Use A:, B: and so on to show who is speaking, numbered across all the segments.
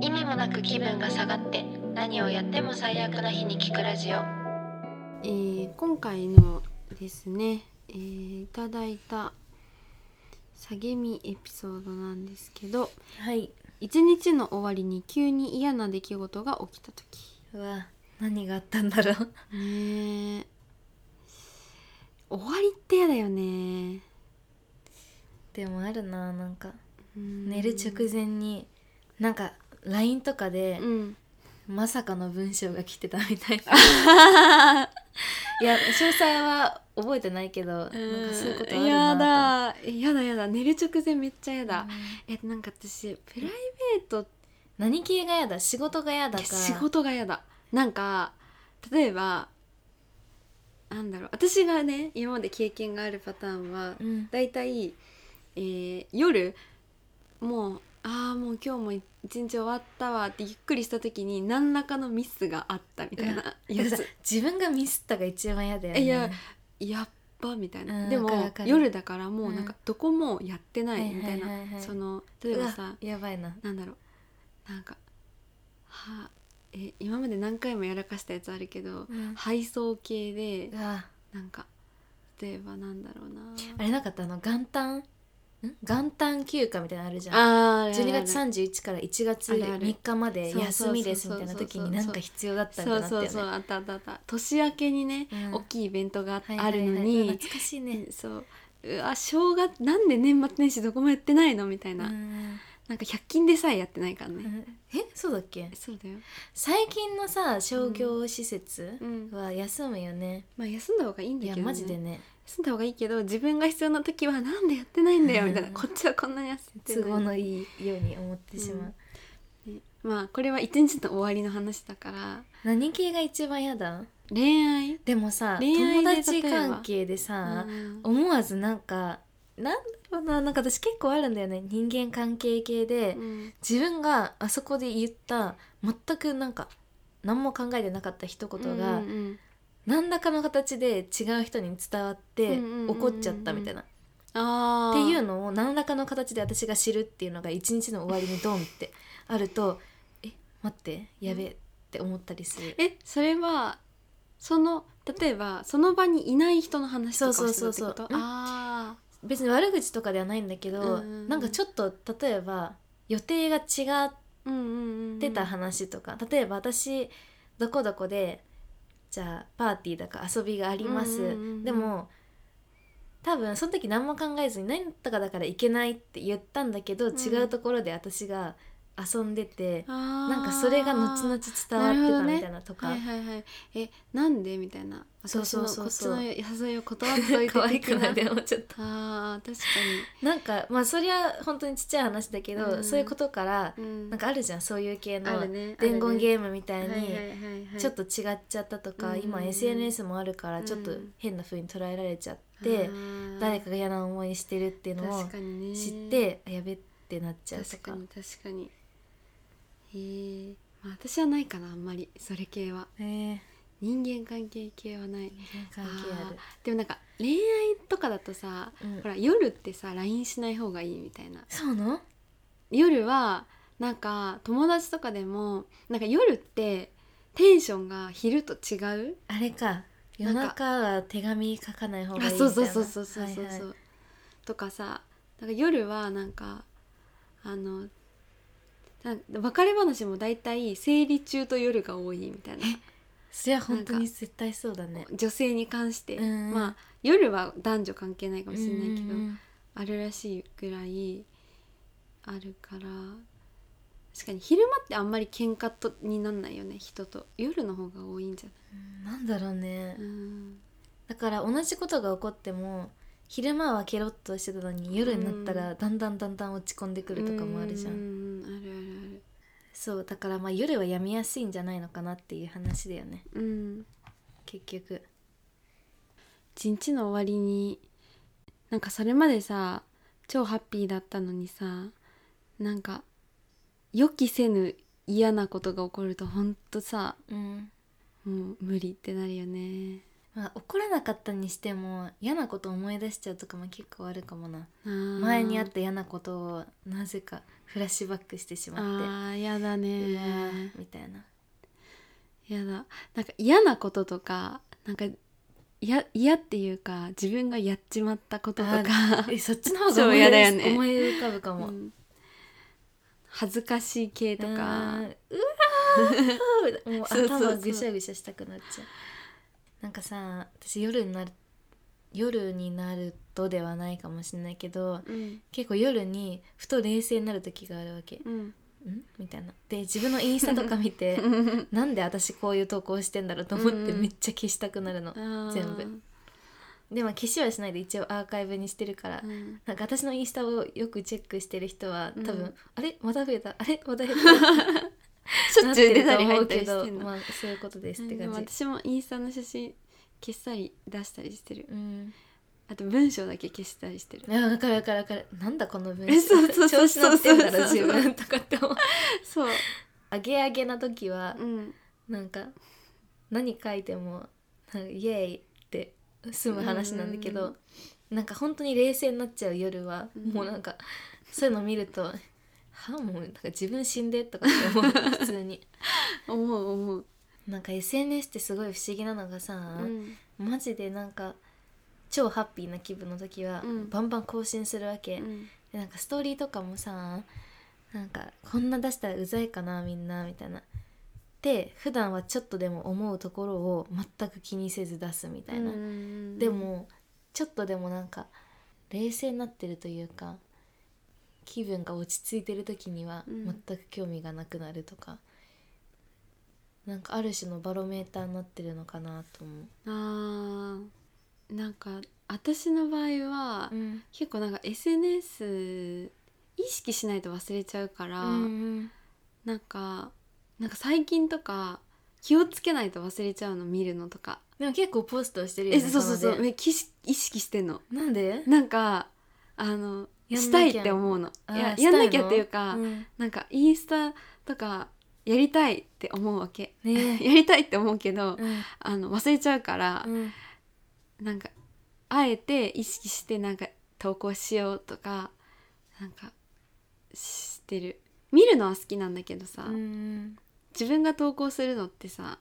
A: 意味もなく気分が下がって何をやっても最悪な日に聞くラジオ
B: えー今回のですね、えーいただいた下げみエピソードなんですけど
C: はい
B: 一日の終わりに急に嫌な出来事が起きた時
C: うわ何があったんだろう
B: ねえ終わりって嫌だよね、
C: でもあるななんか
B: うん
C: 寝る直前になんか LINE とかで、
B: うん
C: まさかの文章が来てたみたいな いや詳細は覚えてないけど、なんかそういうことある
B: や
C: な
B: だやだやだ寝る直前めっちゃや
C: と思
B: だ
C: って、
B: えなんか私プライベートっ
C: 何系がやだ仕事がやだ
B: て
C: か
B: 仕事がやだなんか例えばなんだろう私がね今まで経験があるパターンは
C: うん
B: だいたい、えー夜もうああもう今日も一日終わったわってゆっくりした時に何らかのミスがあったみたいな や
C: だか
B: つ
C: ら自分がミスったが一番嫌だよね
B: いややっばみたいな、
C: うん
B: でも
C: わかるわかる
B: 夜だからもうなん
C: うん
B: かどこもやってな
C: はいい
B: み
C: は
B: たい
C: い
B: な、
C: はいはい
B: その例えば
C: う
B: さ
C: わやばいな
B: なんだろうなんかはえ今まで何回もやらかしたやつあるけど、
C: うん
B: 配送系で
C: うわ
B: なんか例えばなんだろうな
C: あれなかったあの元旦ん元旦休暇みたいなのあるじゃん
B: あーあ
C: 12
B: れあれ
C: 月31から1月
B: あるある
C: 3日まで休みですみたいな
B: そうそう
C: 時
B: そうそう
C: になんか必要だった
B: そ
C: みたいうなのあ
B: そ
C: っ
B: う
C: た
B: そう
C: よね
B: あったあったあった年明けにね、
C: うん
B: 大きいイベントが
C: はいは
B: あ
C: いはい
B: るの
C: うわ
B: に、
C: 懐かしいね
B: そううわ正月なんで年末年始どこもやってないのみたいな、
C: うん
B: なんか100均でさえやってないからね、
C: えそうだっけ
B: そうだよ、
C: 最近のさ商業施設
B: うん、
C: は休むよね、
B: まあ休んだ方がいいんだ
C: い
B: け
C: や
B: ど、ね、
C: マジでね
B: 休んだ方がいいけど自分が必要な時はなんでやってないんだよ
C: うん
B: みたいなこっちはこんなに休んで
C: 都
B: る
C: 合
B: のに
C: のいいように思ってしまう、
B: うんねまあこれは一日の終わりの話だから
C: 何系が一番嫌だ
B: 恋愛
C: でもさ
B: 恋愛で
C: 友達関係でさ、思わずなんかなんだろうななんか私結構あるんだよね人間関係系で、
B: うん
C: 自分があそこで言った全くなんか何も考えてなかった一言が、
B: うんうん
C: 何らかの形で違う人に伝わって
B: うんうんうんうん
C: 怒っちゃったみたいな、
B: あ
C: っていう
B: の
C: のを何らかの形で私が知るっていうのが一日の終わりにドンってあるとえ待ってやべえって思ったりする
B: えそれはその例えばその場にいない人の話とかをしてたって
C: そ
B: こ
C: うそうそう
B: と
C: そう
B: あ
C: 別に悪口とかではないんだけど、
B: うんうんうん
C: なんかちょっと例えば予定が違っ
B: ーうんうんうん
C: てた話とか、例えば私どこどこでじゃあパーティーだから遊びがありま
B: う
C: す、
B: んうんうんうん
C: でも多分その時何も考えずに何とかだから行けないって言ったんだけど、
B: ん
C: 違うところで私が遊んでて、な
B: なん
C: かそれが後々伝わってたみたいなとか
B: はいはいはいえなんでみたいな
C: そうそう
B: 私の
C: そ
B: こ
C: う
B: っち
C: そう
B: の誘いを断っといて
C: 可愛く
B: 的な
C: ないでもちょっと
B: あー確か
C: なんかまあそりゃ本当にちっちゃい話だけど、
B: うん
C: そういうことから、
B: に、うん、
C: なんかあるじゃんそういう系の
B: あるね
C: 伝言
B: ー
C: ゲームみたい
B: ム
C: にちょっと違っちゃったとか、
B: うん
C: 今 SNS もあるから
B: うん
C: ちょっと変な風に捉えられちゃって、誰かが嫌な思いしてるっていうのを
B: 確かにね
C: 知って、あやべってなっちゃうと
B: 確か
C: か
B: に確かにへえまあ、私はないかなあんまりそれ系は
C: えー、
B: 人間関係系はない
C: 関係ある
B: あーでもなんか恋愛とかだとさ、
C: うん
B: ほら夜ってさ LINE しない方がいいみたいな
C: そうなの
B: 夜はなんか友達とかでもなんか夜ってテンションが昼と違う
C: あれか夜中は手紙書かない方がいい
B: あ
C: みた
B: そ
C: いうな
B: そうそうそうそうそうそう、
C: はいはい
B: とかさなんか夜はなんかあのなん別れ話も大体生理中と夜が多いみたいな
C: そりゃ本当に絶対そうだね
B: 女性に関して、
C: うんうん
B: まあ夜は男女関係ないかもしれないけど、
C: うんうん
B: あるらしいぐらいあるから確かに昼間ってあんまり喧嘩とになんないよね人と夜の方が多いんじゃ
C: うんなんだろうね、
B: ない、うん、
C: だから同じことが起こっても昼間はケロッとしてたのに夜になったらだんだんだんだん落ち込んでくるとかもあるじゃん、
B: うあるある
C: そうだからまあ夜はやみやすいんじゃないのかなっていう話だよね
B: あるうん
C: 結局
B: 一日の終わりになんかそれまでさ超ハッピーだったのにさなんか予期せぬ嫌なことが起こるとほんとさ
C: うん
B: もう無理ってなるよね
C: まあ、怒らなかったにしても嫌なこと思い出しちゃうとかも結構あるかもな前
B: 前
C: にあった嫌なことをなぜかフラッシュバックしてし
B: あ
C: まっ
B: ーやだ
C: てうわ
B: ね
C: ーみたいな
B: やだなんか嫌なこととかなんか嫌嫌っていうか自分がやっちまったこととか
C: えそっちの方が
B: そう
C: 思い出
B: やだよね
C: 思い浮かぶかも、
B: うん恥ずかしい系と
C: う
B: か
C: んうわーもう
B: そうそうそう
C: 頭ぐしゃぐしゃしたくなっちゃうなんかさ私夜になる夜になるとではないかもしれないけど
B: うん
C: 結構夜にふと冷静になる時があるわけ、
B: うん
C: んみたいなで自分のインスタとか見 てなんで私こういう投稿してんだろうと思っ
B: うん
C: て
B: うん
C: めっちゃ消したくなるの、
B: あー
C: 全部でも消しはしないで一応アーカイブにしてるから、
B: うん
C: なんか私のインスタをよくチェックしてる人は多分、
B: うん
C: あれまた増えたあれまた減った
B: しょ っちゅう出たり
C: な
B: 入
C: っ
B: ってたりして
C: ると思うけ
B: ん
C: ど、
B: の、
C: まあ、そういうことですって
B: でも
C: 感じ。
B: 私もインスタの写真消したり出したりしてる
C: うん、
B: あと文章だけ消したりしてる
C: いやわかるわかるわかるなんだこの文
B: えそうそうそう
C: 調子乗ってんだろ
B: そうそう
C: 自
B: そう
C: 分とかって 思う
B: そう、
C: あげあげな時は
B: うん、
C: なんか何書いてもなんかイエーイって済む話なんだけど、
B: うん
C: なんか本当に冷静になっちゃう夜は、
B: うん
C: もうなんかそういうの見ると「はもうなんか自分死んで」とかっ て思う普通に。
B: 思う思う、
C: なんか SNS ってすごい不思議なのがさ、
B: うん
C: マジでなんか超ハッピーな気分の時は、
B: うん
C: バンバン更新するわけ、
B: うん
C: でなんかストーリーとかもさなんかこんな出したらうざいかなみんなみたいなで普段はちょっとでも思うところを全く気にせず出すみたいな、
B: うん
C: でもちょっとでもなんか冷静になってるというか気分が落ち着いてる時には
B: うん
C: 全く興味がなくなるとか、なんかある種のバロメーターになってるのかなと思う。
B: あーなんか私の場合は、
C: うん
B: 結構なんか SNS 意識しないと忘れちゃうから、
C: うん
B: なんかなんか最近とか気をつけないと忘れちゃうの見るのとか、
C: でも結構ポストしてるよ
B: え
C: ね
B: そうそうそ
C: か
B: う
C: なで
B: めきし意識してんの
C: なんで
B: なんかあの
C: やんなきゃ
B: したいって思うの
C: あ
B: いや
C: ー
B: やんな
C: した
B: き
C: い
B: ゃ
C: の
B: っていうか、
C: うん
B: なんかインスタとかやりたいって思うわけ、
C: ねえ
B: やりたいって思うけど、
C: うん
B: あの忘れちゃうから、なんかあえて意識してなんか投稿しようとかなんかしてる見るのは好きなんだけどさ、
C: うん
B: 自分が投稿するのってさ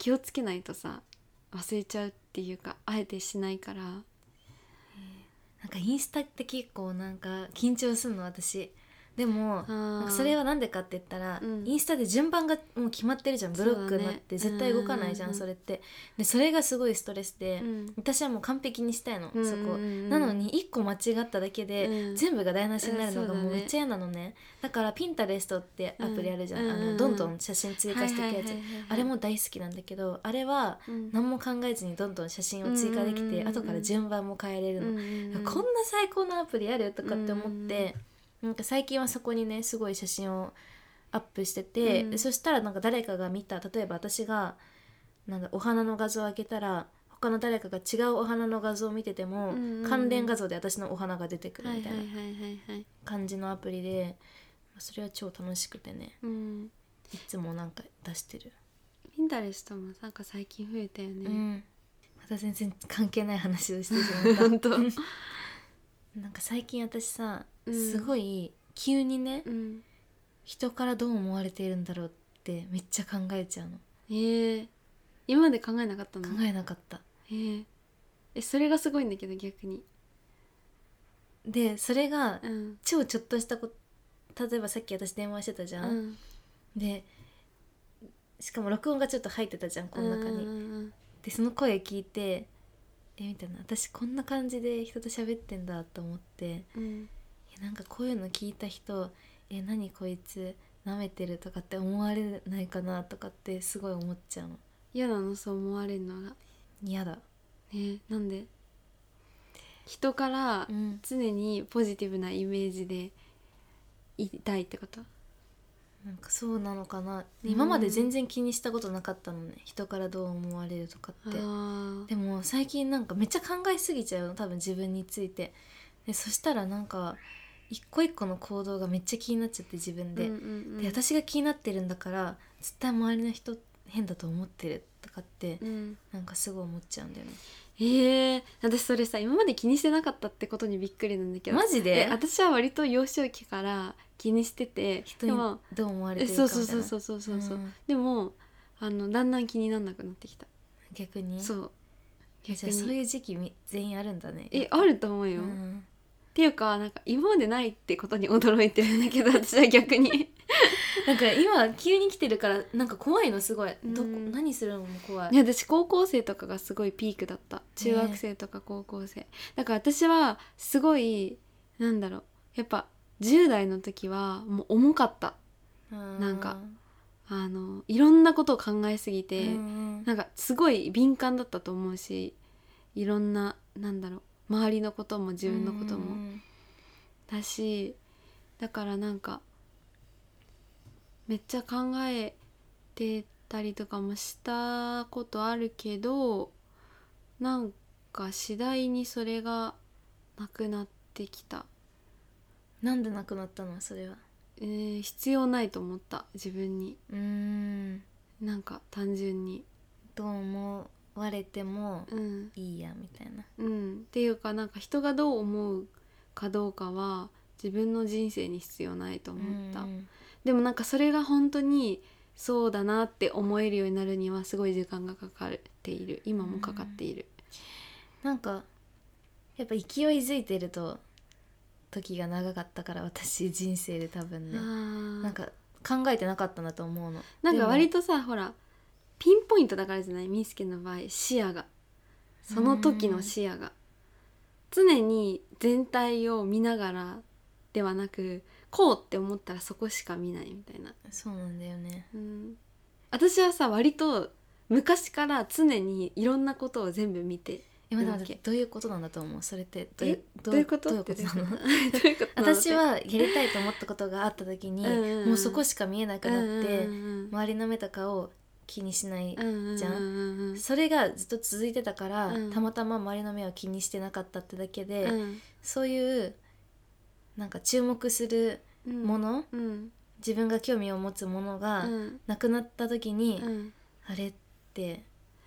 B: 気をつけないとさ忘れちゃうっていうかあえてしないから
C: なんかインスタって結構なんか緊張するの私でもなんかそれ
B: は
C: はなんでかって言ったら、
B: うん
C: インスタで順番がもう決まってるじゃんブロックに
B: そ
C: なっ
B: うだ
C: て
B: ね
C: 絶対動かないじゃん、
B: うんうんうん
C: それってでそれがすごいストレスで、
B: うん
C: 私はもう完璧にしたいの、
B: うんうん
C: そこ
B: うん
C: なのに1個間違っただけで、
B: うん
C: 全部が台無しになるのが
B: うんそ
C: も
B: ううだね
C: めっちゃ嫌なのねだからピンタレストってアプリあるじゃん、
B: うん
C: あ
B: うんうんう
C: の
B: ん
C: どんどん写真追加していくやつ、
B: はいはいはいはいはい
C: あれも大好きなんだけどあれは
B: うん
C: 何も考えずにどんどん写真を追加できて、
B: うんうんうんうん
C: 後から順番も変えれるの、こんな最高なアプリあるとかって思って、なんか最近はそこにねすごい写真をアップしてて、
B: うん
C: でそしたらなんか誰かが見た例えば私がなんだお花の画像を開けたら他の誰かが違うお花の画像を見てても、
B: うんうんうん
C: 関連画像で私のお花が出てくる
B: はい
C: み
B: は
C: た
B: い
C: い
B: は
C: ない
B: はいはい
C: 感じのアプリでそれは超楽しくてね
B: うん
C: いつもなんか出してる、
B: ピンタレストもなんか最近増えたよね、
C: うんまた全然関係ない話をしてしま った
B: 本当
C: なんか最近私さ、
B: うん
C: すごい急にね、
B: うん
C: 人からどう思われているんだろうってめっちゃ考えちゃうの
B: えー、今まで考えなかったの
C: 考えなかった
B: えーえそれがすごいんだけど逆に
C: でそれが
B: うん
C: 超ちょっとしたこと例えばさっき私電話してたじ
B: う
C: ゃん、
B: ん
C: でしかも録音がちょっと入ってたじゃんこの中に、
B: に
C: でその声聞いてえみたいな私こんな感じで人と喋ってんだと思って
B: うん
C: えなんかこういうの聞いた人え何こいつ舐めてるとかって思われないかなとかってすごい思っちゃうの
B: 嫌なのそう思われるのが
C: 嫌だ
B: ねなんで人から
C: うん
B: 常にポジティブなイメージでいたいってこと
C: なんかそうなのかな
B: うん
C: 今まで全然気にしたことなかったのね人からどう思われるとか
B: あ
C: って
B: ー
C: でも最近なんかめっちゃ考えすぎちゃうの多分自分についてでそしたらなんか一個一個の行動がめっちゃ気になっちゃって自分で,、
B: うんうんうん
C: で私が気になってるんだから絶対周りの人変だと思ってるとかって
B: うん、
C: なんかすごい思っちゃうんだよね
B: えー、私それさ今まで気にしてなかったってことにびっくりなんだけど
C: マジで
B: え私は割と幼少期から気にしてて
C: 人
B: で
C: に
B: も
C: どう思われてるか
B: そ
C: み
B: う
C: たい
B: そう
C: な
B: そうそうそうそうそう、
C: うん
B: でもあのだんだん気になんなくなってきた、
C: 逆に
B: そう
C: じゃあそういう時期み全員あるんだね
B: えあると思うよ、
C: う
B: っ
C: ん
B: ていうかなんか今までないってことに驚いてるんだけど私は逆に
C: なんか今急に来てるからなんか怖いのすごい
B: う
C: どこ
B: ん
C: 何するのも怖い
B: ね私高校生とかがすごいピークだった中学生とか高校生、だから私はすごいなんだろうやっぱ10代の時はもう重かった
C: な
B: なんかあのいろんなことを考えすぎ
C: う
B: て、
C: ん
B: なんかすごい敏感だったと思うしいろんななんだろう周りのことも自分のこと
C: う
B: も
C: ん
B: だしだからなんかめっちゃ考えてたりとかもしたことあるけどなんか次第にそれがなくなってきた、
C: なんでなくなったのそれは
B: えー必要ないと思った自分に
C: うん
B: なんか単純に
C: どう思われても
B: うん
C: いいやみたいな
B: うん、っていうかなんか人がどう思うかどうかは自分の人生に必要ないと思った、
C: うん
B: でもなんかそれが本当にそうだなって思えるようになるにはすごい時間がかかっている今もかかっている、
C: なんかやっぱ勢いづいてると時が長かったから私人生で多分ね
B: な
C: なん
B: んか
C: か考えてなかったなと思うの
B: なんか割
C: と
B: とさほらピンポイントだからじゃないミスケの場合視野がその時の視野が常に全体を見ながらではなくこうって思ったらそこしか見ないみたいな
C: そうなんだよね
B: うん、私はさ割と昔から常にいろんなことを全部見て
C: え待って
B: オ
C: 待っ
B: ッケ
C: てどういうことなんだと思うそれってど
B: え
C: ど
B: どういうこと
C: どういうことなの
B: どういうことなの
C: 私はやりたいと思ったことがあった時に
B: うんうんうん
C: もうそこしか見えなくなって
B: うんうん
C: 周りの目とかを気にしない
B: うん
C: じゃん
B: うんうんうん
C: それがずっと続いてたから、
B: うん
C: たまたま周りの目を気にしてなかったってだけで、
B: うん
C: そういうなんか注目する
B: うん
C: もの、
B: うん
C: 自分が興味を持つものが
B: うん
C: なくなった時に、
B: うん
C: あれって
B: えな
C: 思っちゃうみ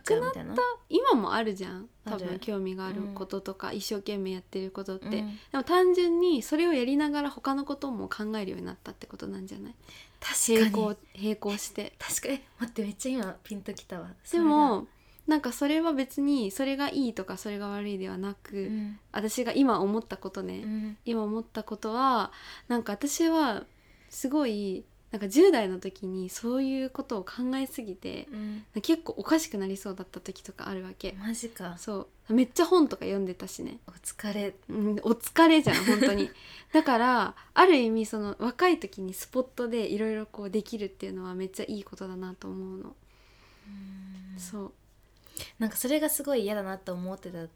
B: く
C: たいな
B: 今もあるじゃん多
C: ある
B: 分興味があることとか一生懸命やってることって、
C: う
B: で
C: ん
B: も単純にそれをやりながら他のことも考えるようになったってことなんじゃない並
C: 確か
B: 行
C: に
B: 並行して
C: 確かにえ待ってめっちゃ今ピンときたわ そ
B: で
C: れだ
B: もなんかそれは別にそれがいいとかそれが悪いではなく、
C: うん
B: 私が今思ったことね、
C: うん
B: 今思ったことはなんか私はすごいなんか10代の時にそういうことを考えすぎて
C: うん
B: 結構おかしくなりそうだった時とかあるわけ、
C: マジか
B: そうめっちゃ本とか読んでたしね、
C: お疲れ
B: うん、お疲れじゃん本当に だからある意味その若い時にスポットでいろいろこうできるっていうのはめっちゃいいことだなと思うの、そう
C: なんかそれがすごい嫌だなと思ってた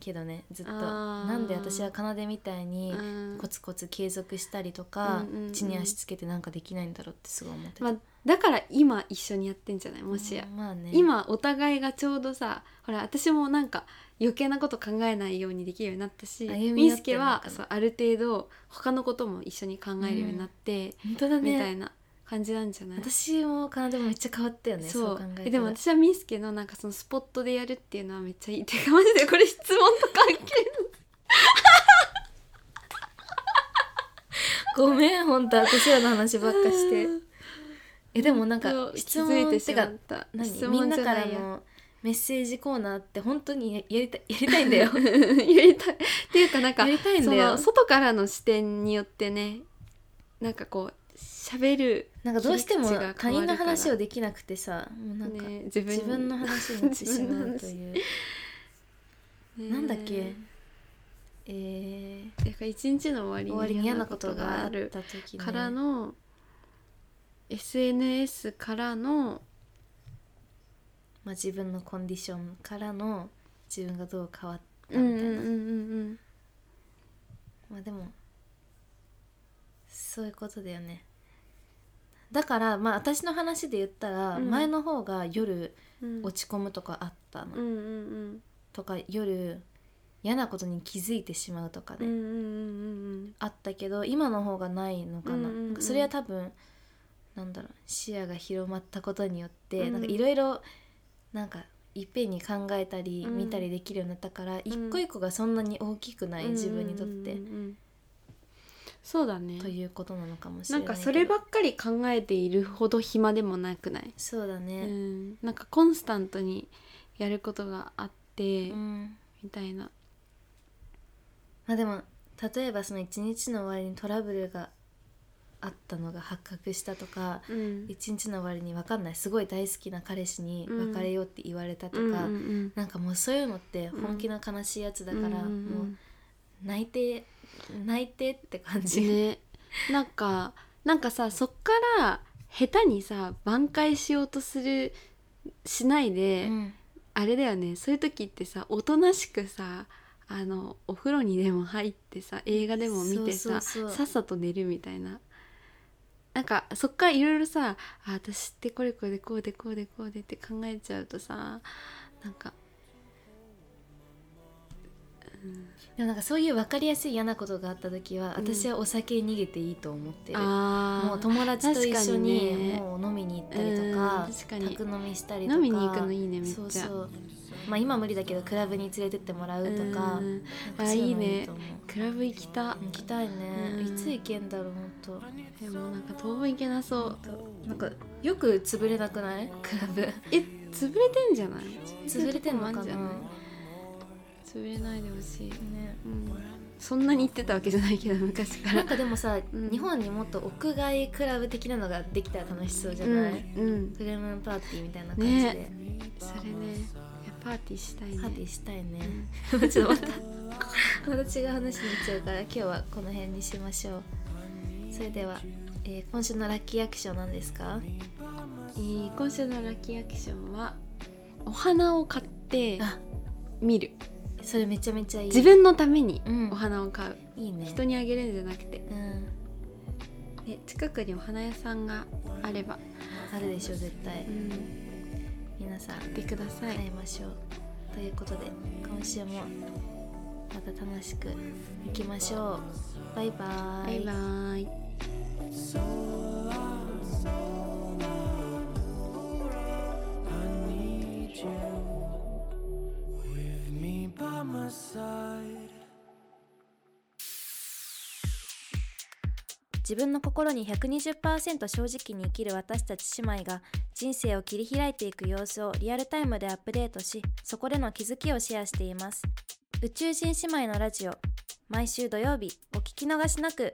C: けどねずっと
B: あー
C: なんで私は奏みたいに
B: うん
C: コツコツ継続したりとか、
B: うんうんうん
C: 地に足つけてなんかできないんだろうってすごい思ってた、
B: まあだから今一緒にやってんじゃないもしや、
C: まあね
B: 今お互いがちょうどさほら私もなんか余計なこと考えないようにできるようになったし
C: 歩み
B: み
C: 寄
B: んす
C: って
B: け
C: るのかな
B: はそうある程度他のことも一緒に考えるようになって、
C: 本当だ
B: みたい
C: ね
B: な感じなんじゃない、
C: 私も奏もめっちゃ変わったよねそう
B: そう
C: 考えた
B: え
C: ら
B: でも私はみんすけのなんかそのスポットでやるっていうのはめっちゃいいっていうかマジでこれ質問と関係
C: ごめん本当私らの話ばっ かしてえでもなんか
B: そう
C: 質問ってか
B: た
C: 何
B: 質
C: みん
B: 問
C: な
B: じゃ
C: か
B: な
C: ら
B: いや
C: のメッセージコーナーって本当にややりたいやりた いんだよ
B: やりたいっていうかなんか
C: やりたいんだよ
B: その外からの視点によってねなんかこう喋る
C: なんかどうしても
B: 切り口が
C: 他
B: 変わ
C: 人
B: るから
C: の話をできなくてさもうなんか、
B: ね、自分
C: 自分の話になってしまうという、
B: ね
C: なんだっけえー、
B: だから一日の終
C: 終
B: わ
C: わ
B: り
C: り
B: に
C: に
B: 嫌
C: 嫌
B: な
C: な
B: こ
C: ことと
B: が
C: があ
B: あ
C: っ
B: る
C: た時、ね、
B: からの SNS からの
C: まあ、自分のコンディションからの自分がどう変わった
B: うんうん
C: み
B: う
C: た
B: んうん
C: いな、まあでもそういうことだよねだからまあ私の話で言ったら、
B: うん
C: 前の方が夜
B: うん
C: 落ち込むとかあったの、
B: うんうんうん
C: とか夜嫌なことに気づいてしまうとか
B: うんう
C: ね、
B: んうんうん
C: あったけど今の方がないのかな,、
B: うんうんうん
C: それは多分なんだろう視野が広まったことによって、
B: うん
C: なんかいろいろなんかいっぺんに考えたり
B: うん
C: 見たりできるようになったから、一個一個がそんなに大きくない、自分にとっ
B: う
C: て、
B: んうんうんうんそうだね
C: ということなのかもしれ
B: な
C: な
B: ん
C: いけど
B: かそればっかり考えているほど暇でもなくない、
C: そうだ
B: う
C: ね
B: ん、なんかコンスタントにやることがあって、
C: うん
B: みたいな
C: まあでも例えばその一日の終わりにトラブルがあったのが発覚したとか
B: うん
C: 一日の終わりに分かんないすごい大好きな彼氏に
B: うん
C: 別れようって言われたとか、
B: うんうん
C: なんかもうそういうのって本気の悲しいやつだ
B: うん
C: か
B: う
C: ら、
B: んうん
C: もう泣いて泣いてって感じ、
B: ねなんかなんかさそっから下手にさ挽回しようとするしないうで、
C: ん、
B: あれだよねそういう時ってさおとなしくさあのお風呂にでも入ってさ映画でも見てさ
C: そうそうそう
B: さっさと寝るみたいななんかそっからいろいろさあ私ってこれこれでこうでこうでこうでって考えちゃうとさなんか
C: でもなんかそういう分かりやすい嫌なことがあった時は、
B: うん
C: 私はお酒に逃げていいと思ってる
B: あー
C: もう友達と一緒に
B: 確かにね
C: もう飲みに行ったりとか,、
B: うん確かに
C: 宅飲みしたりとか
B: 飲みに行くのいいねめっちゃ
C: そうそうまあ今無理だけどクラブに連れてってもらうとか
B: うん
C: なんかそううのと思う
B: クラブ行きた
C: 行きたいね、
B: うん
C: いつ行けんだろうほん
B: でもなんか当分行けなそう
C: となんかよく潰れなくないクラブ
B: え潰れてんじゃない
C: 潰れてんのかな
B: 潰れとこもあんじゃない潰れないでほしい、
C: ね
B: うん、そんなに行ってたわけじゃないけど昔か
C: な
B: ら
C: んかでもさ、
B: うん
C: 日本にもっと屋外クラブ的なのができたら楽しそうじゃ
B: う
C: ない、
B: ん、うん、
C: フレームパーティーみたいな感じで、
B: ねそれねいやパーティーしたいね
C: パーティーしたいね、ちょっとまた また違う話になっちゃうから今日はこの辺にしましょうそれでは、えー今週のラッキーアクションなんですか
B: えー今週のラッキーアクションはお花を買って
C: あ
B: 見る
C: それめちゃめちゃいい
B: 自分のために
C: うん
B: お花を買う、
C: いいね
B: 人にあげるんじゃなくて
C: うん
B: で近くにお花屋さんがあれば、
C: あるでしょ絶対、
B: うん、
C: 皆さん
B: 買ってください、
C: 会いましょうということで今週もまた楽しくいきましょうバイバ
B: バイバーイ
D: I need you with me by my side.
C: 自分の心に120%正直に生きる私たち姉妹が人生を切り開いていく様子をリアルタイムでアップデートしそこでの気づきをシェアしています宇宙人姉妹のラジオ毎週土曜日お聞き逃しなく